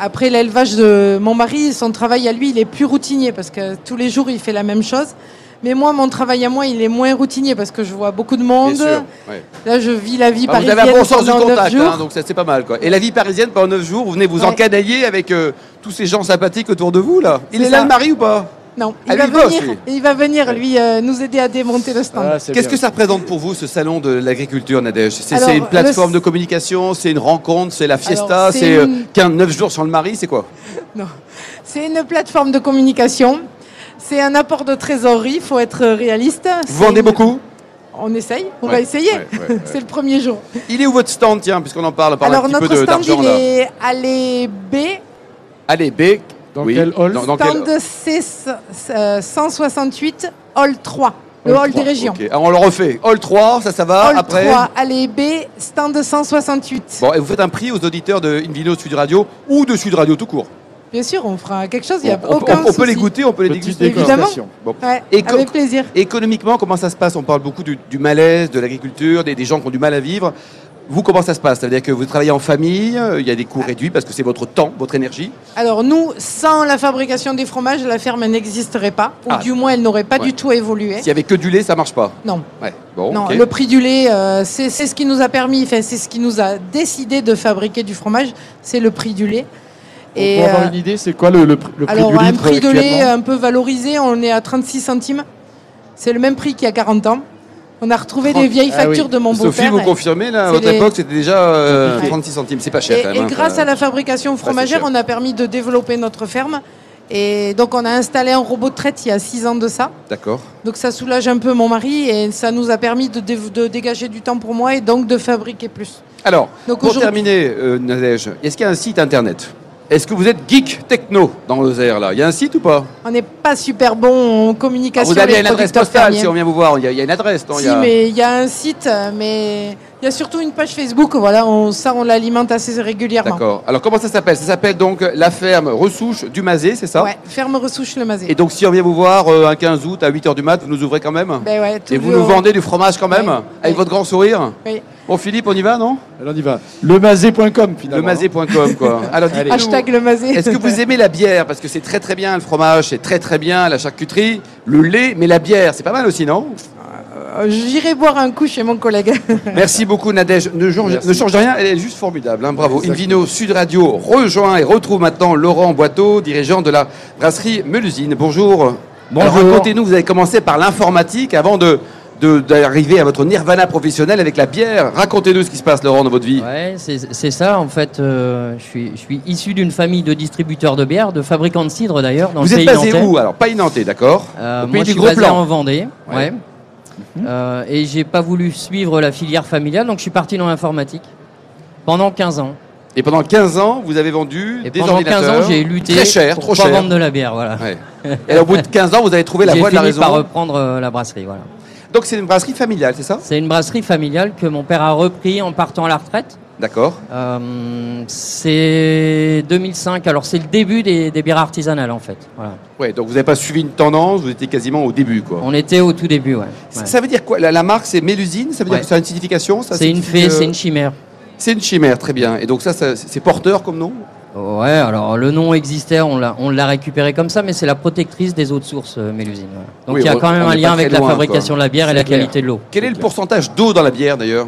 Speaker 7: Après l'élevage de mon mari, son travail à lui, il est plus routinier parce que tous les jours il fait la même chose. Mais moi, mon travail à moi, il est moins routinier parce que je vois beaucoup de
Speaker 3: Bien
Speaker 7: monde.
Speaker 3: sûr. ouais.
Speaker 7: Là, je vis la
Speaker 3: Ah,
Speaker 7: vie
Speaker 3: vous
Speaker 7: parisienne
Speaker 3: avez un bon sens du
Speaker 7: pendant neuf
Speaker 3: contact,
Speaker 7: jours.
Speaker 3: hein, donc ça, c'est pas mal. Quoi. Et la vie parisienne pendant 9 jours, vous venez vous
Speaker 7: Ouais.
Speaker 3: encanailler avec euh, tous ces gens sympathiques autour de vous là. Il
Speaker 7: C'est
Speaker 3: est, là
Speaker 7: ça.
Speaker 3: le mari ou pas
Speaker 7: Non, il
Speaker 3: Ah,
Speaker 7: va
Speaker 3: lui, il bosse,
Speaker 7: venir,
Speaker 3: lui.
Speaker 7: il va venir lui euh, nous aider à démonter le stand.
Speaker 4: Ah, c'est
Speaker 3: Qu'est-ce que
Speaker 4: bien.
Speaker 3: ça représente pour vous, ce salon de l'agriculture, Nadège C'est
Speaker 7: Alors,
Speaker 3: c'est une
Speaker 7: le-
Speaker 3: plateforme de communication, c'est une rencontre, c'est la fiesta,
Speaker 7: Alors, c'est
Speaker 3: c'est
Speaker 7: une-
Speaker 3: 9 jours sur le mari, c'est quoi
Speaker 7: Non. C'est une plateforme de communication. C'est un apport de trésorerie, il faut être réaliste.
Speaker 3: Vous
Speaker 7: C'est
Speaker 3: vendez
Speaker 7: une-
Speaker 3: beaucoup
Speaker 7: On essaye, on
Speaker 3: Ouais,
Speaker 7: va essayer.
Speaker 3: ouais, ouais, ouais.
Speaker 7: C'est le premier jour.
Speaker 3: Il est où votre stand, tiens, puisqu'on en parle, on parle
Speaker 7: Alors
Speaker 3: un petit
Speaker 7: notre
Speaker 3: peu de-
Speaker 7: stand,
Speaker 3: d'argent
Speaker 7: il
Speaker 3: là.
Speaker 7: est à l'EB,
Speaker 3: Allez, B.
Speaker 4: Dans quel hall
Speaker 3: dans, dans
Speaker 7: stand
Speaker 3: quel...
Speaker 7: C168, Hall 3, le
Speaker 4: Hall
Speaker 7: hall des
Speaker 4: 3,
Speaker 7: régions.
Speaker 3: Ok, alors on le refait. Hall 3, ça, ça va
Speaker 7: Hall
Speaker 3: après
Speaker 7: 3 à l'EB, stand 168.
Speaker 3: Bon, et vous faites un prix aux auditeurs de Invino de Sud Radio ou de Sud Radio tout court.
Speaker 7: Bien sûr, on fera quelque chose, il
Speaker 3: On,
Speaker 7: n'y a
Speaker 3: on-
Speaker 7: aucun
Speaker 3: on peut les
Speaker 7: souci.
Speaker 3: goûter, on peut les
Speaker 4: Petite
Speaker 3: déguster.
Speaker 7: Évidemment.
Speaker 4: dégustation.
Speaker 3: Bon.
Speaker 7: Ouais,
Speaker 3: Et quand-
Speaker 7: avec plaisir.
Speaker 3: Économiquement, comment ça se passe On parle beaucoup du, du malaise, de l'agriculture, des, des gens qui ont du mal à vivre. Vous, comment ça se passe C'est-à-dire que vous travaillez en famille, euh, il y a des coûts
Speaker 7: Ah.
Speaker 3: réduits parce que c'est votre temps, votre énergie.
Speaker 7: Alors nous, sans la fabrication des fromages, la ferme n'existerait pas, ou
Speaker 3: Ah.
Speaker 7: du moins elle n'aurait pas
Speaker 3: Ouais.
Speaker 7: du tout évolué.
Speaker 3: S'il y avait que du lait, ça marche pas.
Speaker 7: Eh. Non,
Speaker 3: Ouais. Bon,
Speaker 7: non.
Speaker 3: ok.
Speaker 7: Le prix du lait, euh, c'est c'est ce qui nous a permis, enfin, c'est ce qui nous a décidé de fabriquer du fromage, c'est le prix du lix.
Speaker 4: Pour avoir une idée, c'est quoi le, le prix le prix
Speaker 7: euh, alors
Speaker 4: du
Speaker 7: un
Speaker 4: litre
Speaker 7: prix de lait euh,
Speaker 4: actuellement
Speaker 7: un peu valorisé, on est à 36 centimes. C'est le même prix qu'il y a 40 ans. On a retrouvé des
Speaker 3: Trente-
Speaker 7: vieilles
Speaker 4: Ah oui.
Speaker 7: factures de mon
Speaker 3: Sophie,
Speaker 7: beau-père.
Speaker 3: vous confirmez, là, à
Speaker 7: C'est
Speaker 3: votre
Speaker 7: les-
Speaker 3: époque, c'était déjà euh,
Speaker 7: Ouais.
Speaker 3: 36 centimes. C'est pas cher,
Speaker 7: Et,
Speaker 3: quand
Speaker 7: et
Speaker 3: même. hein,
Speaker 7: grâce
Speaker 3: ça-
Speaker 7: à la fabrication fromagère,
Speaker 3: cher.
Speaker 7: on a permis de développer notre ferme. Et donc, on a installé un robot de traite il y a six ans de ça.
Speaker 3: D'accord.
Speaker 7: Donc, ça soulage un peu mon mari et ça nous a permis de, dé- de dégager du temps pour moi et donc de fabriquer plus.
Speaker 3: Alors,
Speaker 7: Donc
Speaker 3: pour
Speaker 7: aujourd'hui-
Speaker 3: terminer, euh, Nadège, est-ce qu'il y a un site internet Est-ce que vous êtes geek techno dans l'Oser, là Il y a un site ou pas
Speaker 7: On n'est pas super bon en
Speaker 3: Ah,
Speaker 7: communication.
Speaker 3: Vous avez
Speaker 7: les
Speaker 3: une adresse
Speaker 7: producteurs
Speaker 3: postale
Speaker 7: fermiers.
Speaker 3: si on vient vous voir. Il y a, il y a une adresse, non Il y
Speaker 7: Si,
Speaker 3: a-
Speaker 7: mais il y a un site, mais il y a surtout une page Facebook. Voilà, on, ça, on l'alimente assez régulièrement.
Speaker 3: D'accord. Alors, comment ça s'appelle Ça s'appelle donc euh, la ferme Ressouche du Mazé, c'est ça
Speaker 7: Ouais, ferme ressouche le mazé.
Speaker 3: Et donc, si on vient vous voir euh, un 15 août à 8h du mat, vous nous ouvrez quand même
Speaker 7: Ben ouais, tout
Speaker 3: Et vous
Speaker 7: le-
Speaker 3: nous vendez du fromage quand même
Speaker 7: Ouais.
Speaker 3: Avec
Speaker 7: Ouais.
Speaker 3: votre grand sourire
Speaker 7: Oui.
Speaker 3: Bon, Philippe, on y va, non
Speaker 4: Alors on y va. Lemazé.com
Speaker 3: Le
Speaker 4: finalement.
Speaker 3: mazé.com, quoi. Alors, dites-nous-
Speaker 7: Hashtag le mazé.
Speaker 3: Est-ce que vous aimez la bière Parce que c'est très très bien le fromage, c'est très très bien la charcuterie, le lait, mais la bière, c'est pas mal aussi, non
Speaker 7: Euh, J'irai boire un coup chez mon collègue.
Speaker 3: Merci beaucoup Nadège. Ne change,
Speaker 4: Merci.
Speaker 3: ne change rien, elle est juste formidable. hein, bravo. Invino Sud Radio rejoint et retrouve maintenant Laurent Boiteau, dirigeant de la brasserie Melusine. Bonjour.
Speaker 4: Bonjour.
Speaker 3: Alors, Racontez-nous, vous avez commencé par l'informatique avant de de- d'arriver à votre nirvana professionnel avec la bière. Racontez-nous ce qui se passe, Laurent, dans votre vie.
Speaker 8: Ouais, c'est c'est ça en fait. euh, je, suis, je suis issu d'une famille de distributeurs de bière, de fabricants de cidre d'ailleurs, dans
Speaker 3: Vous
Speaker 8: le
Speaker 3: êtes
Speaker 8: pays
Speaker 3: basé
Speaker 8: nantais.
Speaker 3: où Alors, pas inanté, d'accord
Speaker 8: Euh,
Speaker 3: Au
Speaker 8: Moi,
Speaker 3: pays
Speaker 8: je
Speaker 3: du
Speaker 8: suis
Speaker 3: gros
Speaker 8: basé
Speaker 3: plan.
Speaker 8: en Vendée.
Speaker 3: Ouais. Mhm.
Speaker 8: Ouais. Euh, et j'ai pas voulu suivre la filière familiale, donc je suis parti dans l'informatique pendant 15 ans.
Speaker 3: Et pendant 15 ans, vous avez vendu
Speaker 8: Et
Speaker 3: des
Speaker 8: pendant 15 ans,
Speaker 3: ordinateurs
Speaker 8: j'ai lutté
Speaker 3: Très cher,
Speaker 8: pour
Speaker 3: trop
Speaker 8: pas
Speaker 3: cher.
Speaker 8: vendre de la bière. Voilà.
Speaker 3: Ouais. Et alors, au bout de 15 ans, vous avez trouvé la
Speaker 8: J'ai
Speaker 3: voie de la
Speaker 8: fini
Speaker 3: raison.
Speaker 8: par reprendre euh, la brasserie. Voilà.
Speaker 3: Donc, c'est une brasserie familiale, c'est ça
Speaker 8: C'est une brasserie familiale que mon père a repris en partant à la retraite.
Speaker 3: D'accord.
Speaker 8: Euh, c'est 2005, alors c'est le début des, des bières artisanales en fait. Voilà.
Speaker 3: Ouais, donc vous n'avez pas suivi une tendance, vous étiez quasiment au début, quoi.
Speaker 8: On était au tout début, ouais.
Speaker 3: Ça-
Speaker 8: Ouais.
Speaker 3: Ça veut dire quoi la, la marque, c'est Mélusine Ça veut
Speaker 8: Ouais.
Speaker 3: dire que ça a une signification ça
Speaker 8: C'est une
Speaker 3: signifie,
Speaker 8: fée,
Speaker 3: euh,
Speaker 8: c'est une chimère.
Speaker 3: C'est une chimère, très bien. Et donc ça, ça- c'est porteur comme nom
Speaker 8: Ouais, alors le nom existait, on l'a, on l'a récusé comme ça, mais c'est la protectrice des eaux de source, euh, Mélusine. ouais. Donc
Speaker 3: Oui,
Speaker 8: il y a
Speaker 3: on-
Speaker 8: quand même
Speaker 3: on est
Speaker 8: un
Speaker 3: pas
Speaker 8: lien
Speaker 3: très
Speaker 8: avec la
Speaker 3: loin,
Speaker 8: fabrication
Speaker 3: quoi.
Speaker 8: de la bière et
Speaker 3: C'est
Speaker 8: la
Speaker 3: clair.
Speaker 8: qualité de l'eau.
Speaker 3: Quel est le pourcentage d'eau dans la bière, d'ailleurs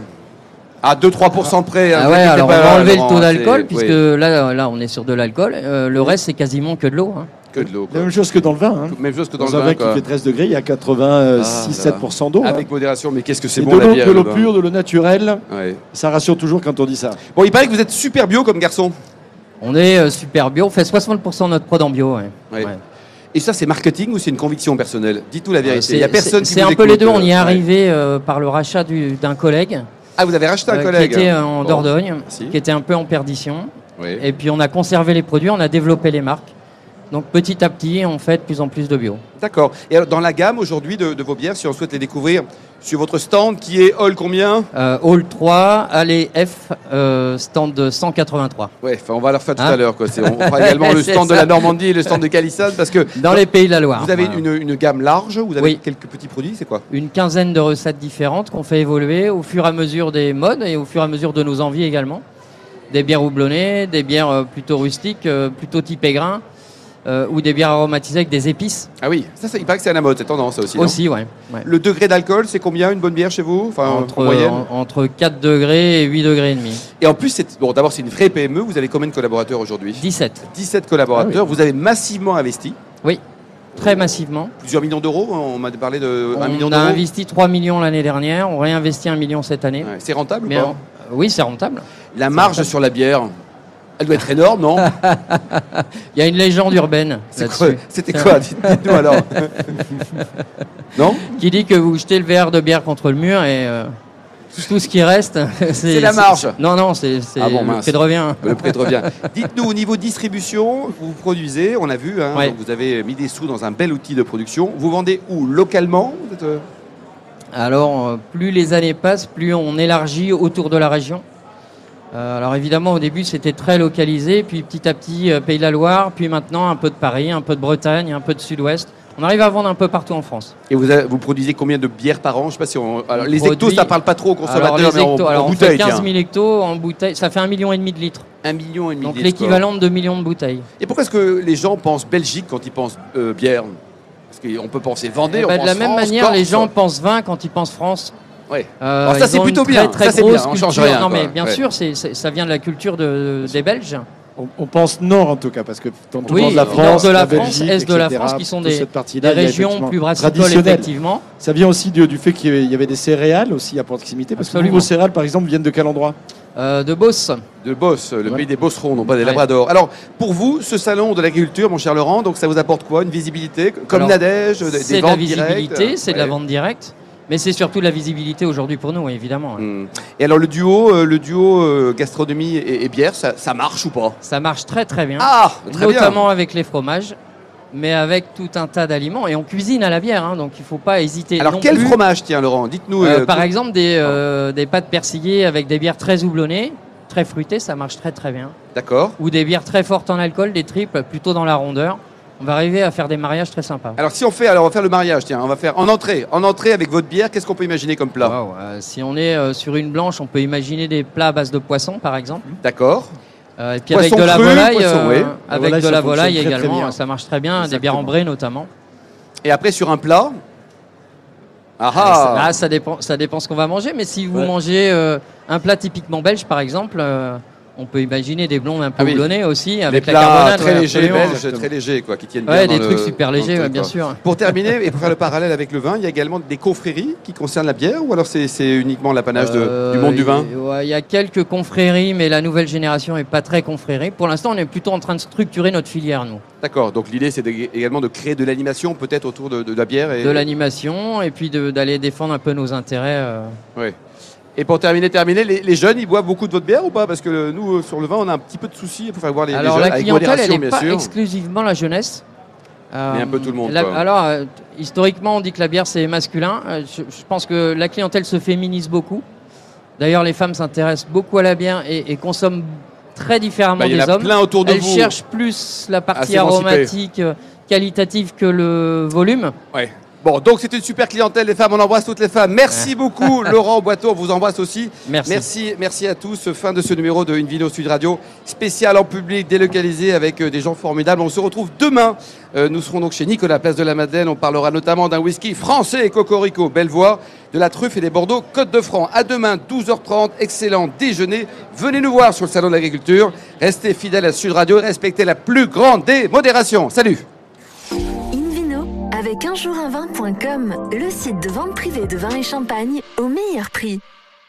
Speaker 3: À 2-3% près. hein,
Speaker 8: Ah
Speaker 3: vous
Speaker 8: ouais,
Speaker 3: inquiétez
Speaker 8: alors on
Speaker 3: pas,
Speaker 8: va enlever le
Speaker 3: Laurent,
Speaker 8: taux
Speaker 3: c'est-
Speaker 8: d'alcool,
Speaker 3: oui,
Speaker 8: puisque là, euh, là on est sur de l'alcool. Euh, le reste, c'est quasiment que de l'eau. hein.
Speaker 3: que de l'eau, quoi.
Speaker 4: La même chose que dans le vin. hein.
Speaker 3: Même chose que dans,
Speaker 4: Dans,
Speaker 3: le
Speaker 4: un vin
Speaker 3: vin,
Speaker 4: qui
Speaker 3: quoi.
Speaker 4: fait 13 degrés, il y a
Speaker 3: Ah, là, là.
Speaker 4: 86-7% d'eau. hein.
Speaker 3: Avec modération, mais qu'est-ce que c'est
Speaker 4: Et
Speaker 3: bon,
Speaker 4: de
Speaker 3: la
Speaker 4: l'eau,
Speaker 3: bière
Speaker 4: de
Speaker 3: et le
Speaker 4: l'eau
Speaker 3: vin.
Speaker 4: pure, de l'eau naturelle.
Speaker 3: Ouais.
Speaker 4: Ça rassure toujours quand on dit ça.
Speaker 3: Bon, il paraît que vous êtes super bio comme garçon.
Speaker 8: On est euh, super bio, on fait 60% de notre prod en bio. ouais.
Speaker 3: Ouais.
Speaker 8: Ouais.
Speaker 3: Et ça, c'est marketing ou c'est une conviction personnelle Dites-nous la
Speaker 8: Euh,
Speaker 3: vérité.
Speaker 8: c'est-
Speaker 3: Il y a personne qui
Speaker 8: c'est c'est
Speaker 3: vous
Speaker 8: un peu les
Speaker 3: écoute,
Speaker 8: deux, on y est
Speaker 3: euh, ouais.
Speaker 8: arrivé euh, par le rachat du- d'un collègue,
Speaker 3: Ah, vous avez racheté un
Speaker 8: euh,
Speaker 3: collègue
Speaker 8: qui était euh, en
Speaker 3: Bon.
Speaker 8: Dordogne,
Speaker 3: Merci.
Speaker 8: qui était un peu en perdition.
Speaker 3: Oui.
Speaker 8: euh, Et puis on a conservé les produits, on a développé les marques. Donc petit à petit, on fait de plus en plus de bio.
Speaker 3: D'accord. Et alors, dans la gamme aujourd'hui de, de vos bières, si on souhaite les découvrir, sur votre stand qui est Hall combien
Speaker 8: Euh, Hall 3, allez F, euh, stand 183.
Speaker 3: Ouais, enfin, on va leur faire tout
Speaker 8: Hein
Speaker 3: à l'heure. Quoi. C'est- On fera également le
Speaker 8: C'est
Speaker 3: stand de
Speaker 8: ça.
Speaker 3: la Normandie et le stand de Calissane parce que
Speaker 8: Dans les pays de la Loire.
Speaker 3: vous avez
Speaker 8: Voilà.
Speaker 3: une, une gamme large, vous avez
Speaker 8: Oui.
Speaker 3: quelques petits produits, c'est quoi
Speaker 8: Une quinzaine de recettes différentes qu'on fait évoluer au fur et à mesure des modes et au fur et à mesure de nos envies également. Des bières houblonnées, des bières euh, plutôt rustiques, euh, plutôt typées grains, euh, ou des bières aromatisées avec des épices
Speaker 3: Ah oui, ça, ça- il paraît que c'est à la mode, c'est tendance ça aussi. non
Speaker 8: aussi, ouais. ouais.
Speaker 3: Le degré d'alcool, c'est combien une bonne bière chez vous Enfin,
Speaker 8: Entre, euh,
Speaker 3: en moyenne
Speaker 8: en- entre 4 degrés et 8 degrés et demi.
Speaker 3: Et en plus, c'est... bon, d'abord, c'est une vraie E, PME, vous avez combien de collaborateurs aujourd'hui
Speaker 8: 17.
Speaker 3: 17 collaborateurs, vous avez massivement investi.
Speaker 8: Oui. très massivement.
Speaker 3: Plusieurs millions d'euros, hein, on m'a parlé de 1 million
Speaker 8: on a
Speaker 3: d'euros.
Speaker 8: investi 3 millions l'année dernière, on réinvestit 1 million cette année.
Speaker 3: Ouais, C'est rentable ou
Speaker 8: Mais
Speaker 3: pas
Speaker 8: alors, oui, c'est rentable.
Speaker 3: La marge sur la bière, elle doit être énorme, non
Speaker 8: Il y a une légende urbaine
Speaker 3: C'est quoi-
Speaker 8: là-dessus
Speaker 3: C'était quoi Dites- Dites-nous alors. non
Speaker 8: qui dit que vous jetez le verre de bière contre le mur et euh, tout ce qui reste,
Speaker 3: C'est la marge.
Speaker 8: c'est- Non, non, c'est c'est
Speaker 3: Ah bon,
Speaker 8: le
Speaker 3: mince.
Speaker 8: prix de revient.
Speaker 3: Le prix de revient. Dites-nous, au niveau distribution, vous produisez, on a vu, hein,
Speaker 8: Ouais.
Speaker 3: donc vous avez mis des sous dans un bel outil de production. Vous vendez où Localement Vous êtes, euh,
Speaker 8: Alors, euh, plus les années passent, plus on élargit autour de la région. Euh, alors évidemment, au début, c'était très localisé, puis petit à petit, euh, Pays de la Loire, puis maintenant un peu de Paris, un peu de Bretagne, un peu de Sud-Ouest. On arrive à vendre un peu partout en France.
Speaker 3: Et vous, avez- vous produisez combien de bières par an Je sais pas si on. alors, les
Speaker 8: Produit-
Speaker 3: hectos, ça parle pas trop aux consommateurs,
Speaker 8: alors, les
Speaker 3: mais en-
Speaker 8: hectos-
Speaker 3: en,
Speaker 8: alors, on fait
Speaker 3: bouteille.
Speaker 8: 15
Speaker 3: tiens.
Speaker 8: 000 hectos en bouteille, ça fait un million et demi de litres.
Speaker 3: Un million et demi
Speaker 8: Donc
Speaker 3: de litres, quoi.
Speaker 8: l'équivalent de 2 millions de bouteilles.
Speaker 3: Et pourquoi est-ce que les gens pensent Belgique quand ils pensent euh, bière Parce qu'on peut penser Vendée,
Speaker 8: Eh
Speaker 3: on
Speaker 8: ben,
Speaker 3: pense
Speaker 8: de la même
Speaker 3: France,
Speaker 8: manière, les
Speaker 3: Corse.
Speaker 8: gens pensent vin quand ils pensent France.
Speaker 3: Ouais.
Speaker 8: Euh,
Speaker 3: Alors ça,
Speaker 8: ils
Speaker 3: c'est
Speaker 8: ont
Speaker 3: plutôt
Speaker 8: une
Speaker 3: bien.
Speaker 8: Très, très
Speaker 3: Ça, c'est
Speaker 8: grosse
Speaker 3: bien. On change
Speaker 8: culture.
Speaker 3: rien,
Speaker 8: Non,
Speaker 3: quoi.
Speaker 8: mais bien
Speaker 3: Ouais.
Speaker 8: sûr, c'est- c'est- ça vient de la culture de- des Belges.
Speaker 4: On, on pense nord en tout cas, parce que dans tout
Speaker 8: Oui,
Speaker 4: le monde de la
Speaker 8: nord
Speaker 4: France,
Speaker 8: de la
Speaker 4: Belgique,
Speaker 8: France, est de la
Speaker 4: etc.,
Speaker 8: France, qui sont
Speaker 4: toute
Speaker 8: des-
Speaker 4: cette partie-là,
Speaker 8: Des
Speaker 4: il y a
Speaker 8: régions
Speaker 4: effectivement
Speaker 8: plus brassicoles,
Speaker 4: traditionnel.
Speaker 8: effectivement.
Speaker 4: Ça vient aussi du, du fait qu'il y avait- il y avait des céréales aussi à proximité, parce que
Speaker 8: Absolument.
Speaker 4: vos céréales, par exemple, viennent de quel endroit
Speaker 8: Euh, de Beauce.
Speaker 3: De Boss, le
Speaker 4: Ouais.
Speaker 3: pays des bosserons, non pas des
Speaker 8: Ouais.
Speaker 3: labradors. Alors, pour vous, ce salon de l'agriculture, mon cher Laurent, donc ça vous apporte quoi Une visibilité Comme
Speaker 8: Alors,
Speaker 3: Nadège, des-
Speaker 8: C'est
Speaker 3: des
Speaker 8: de la
Speaker 3: ventes directes euh,
Speaker 8: visibilité, c'est de la
Speaker 3: Ouais.
Speaker 8: vente directe, mais c'est surtout de la visibilité aujourd'hui pour nous, évidemment.
Speaker 3: Hmm. Et alors, le duo, euh, le duo euh, gastronomie et, et bière, ça, ça marche ou pas
Speaker 8: Ça marche très très bien,
Speaker 3: Ah, très
Speaker 8: notamment avec les fromages, mais avec tout un tas d'aliments. Et on cuisine à la bière, hein, donc il faut pas hésiter.
Speaker 3: bien. Alors,
Speaker 8: non
Speaker 3: quel
Speaker 8: plus.
Speaker 3: fromage, tiens, Laurent Dites-nous.
Speaker 8: Euh,
Speaker 3: euh,
Speaker 8: Par
Speaker 3: tout-
Speaker 8: exemple, des, euh, des pâtes persillées avec des bières très houblonnées, très fruitées, ça marche très très bien.
Speaker 3: D'accord.
Speaker 8: Ou des bières très fortes en alcool, des triples, plutôt dans la rondeur. On va arriver à faire des mariages très sympas.
Speaker 3: Alors, si on fait, alors on va faire le mariage, tiens, on va faire en entrée. En entrée, avec votre bière, qu'est-ce qu'on peut imaginer comme plat
Speaker 8: Waouh, euh, si on est euh, sur une blanche, on peut imaginer des plats à base de poisson, par exemple.
Speaker 3: D'accord.
Speaker 8: Euh, et puis
Speaker 3: Poisson
Speaker 8: avec de la
Speaker 3: cru,
Speaker 8: volaille, euh,
Speaker 3: poisson, oui. La
Speaker 8: avec
Speaker 4: volaille,
Speaker 8: de
Speaker 4: ça
Speaker 8: la
Speaker 4: fonctionne
Speaker 8: volaille
Speaker 4: très, très
Speaker 8: également, euh,
Speaker 4: bien.
Speaker 8: ça marche très bien, des bières
Speaker 4: Exactement.
Speaker 8: ambrées notamment.
Speaker 3: Et après, sur un plat Ah
Speaker 8: Ah,
Speaker 3: ah
Speaker 8: ça dépend, ça dépend ce qu'on va manger, mais si vous
Speaker 4: Ouais.
Speaker 8: mangez euh, un plat typiquement belge, par exemple, euh, on peut imaginer des blondes un peu
Speaker 3: Ah oui.
Speaker 8: houblonnées aussi, avec
Speaker 3: Les
Speaker 8: la
Speaker 3: plats
Speaker 8: carbonade.
Speaker 3: très
Speaker 8: ouais,
Speaker 3: légers,
Speaker 8: absolument.
Speaker 3: belges, très légers, quoi, qui tiennent
Speaker 8: Ouais,
Speaker 3: bien
Speaker 8: des
Speaker 3: dans
Speaker 8: trucs
Speaker 3: le-
Speaker 8: super
Speaker 3: dans le
Speaker 8: légers,
Speaker 3: truc,
Speaker 8: ouais, bien
Speaker 3: quoi.
Speaker 8: sûr.
Speaker 3: Pour terminer, et pour faire le parallèle avec le vin, il y a également des confréries qui concernent la bière ou alors c'est c'est uniquement l'apanage de-
Speaker 8: Euh,
Speaker 3: du monde du vin
Speaker 8: il- ouais, Il y a quelques confréries, mais la nouvelle génération n'est pas très confrérie. Pour l'instant, on est plutôt en train de structurer notre filière, nous.
Speaker 3: D'accord, donc l'idée c'est d'ég- également de créer de l'animation peut-être autour de, de la bière. Et,
Speaker 8: De l'animation, et puis de- d'aller défendre un peu nos intérêts. euh,
Speaker 3: Ouais. et pour terminer, terminer, les, les jeunes ils boivent beaucoup de votre bière ou pas Parce que euh, nous euh, sur le vin on a un petit peu de soucis pour faire voir les, les
Speaker 8: Alors
Speaker 3: jeunes
Speaker 8: la
Speaker 3: avec
Speaker 8: clientèle, elle
Speaker 3: modération,
Speaker 8: n'est
Speaker 3: bien
Speaker 8: pas
Speaker 3: sûr.
Speaker 8: exclusivement la jeunesse. Euh,
Speaker 3: Mais un peu tout le monde,
Speaker 8: la-
Speaker 3: quoi.
Speaker 8: alors, euh, historiquement, on dit que la bière, c'est masculin. Euh, je, je pense que la clientèle se féminise beaucoup. D'ailleurs, les femmes s'intéressent beaucoup à la bière et, et consomment très différemment
Speaker 3: Bah, il y en
Speaker 8: des
Speaker 3: a
Speaker 8: hommes.
Speaker 3: plein autour de
Speaker 8: Elles
Speaker 3: vous. Ah,
Speaker 8: cherchent plus la partie
Speaker 3: s'émanciper.
Speaker 8: aromatique, euh, qualitative que le volume.
Speaker 3: Ouais. Bon, donc c'est une super clientèle, les femmes, on embrasse toutes les femmes. Merci beaucoup, Laurent Boiteau, on vous embrasse aussi.
Speaker 8: Merci.
Speaker 3: Merci, merci à tous. Fin de ce numéro de Une Vidéo Sud Radio, spécial en public, délocalisé avec euh, des gens formidables. On se retrouve demain. Euh, nous serons donc chez Nicolas, place de la Madeleine. On parlera notamment d'un whisky français, Cocorico, Bellevoie, de la truffe et des Bordeaux, Côte de Franc. À demain, 12h30, excellent déjeuner. Venez nous voir sur le Salon de l'Agriculture. Restez fidèles à Sud Radio et respectez la plus grande des modérations. Salut!
Speaker 1: Invino avec unjourdunvin.com, le site de vente privée de vin et champagne au meilleur prix.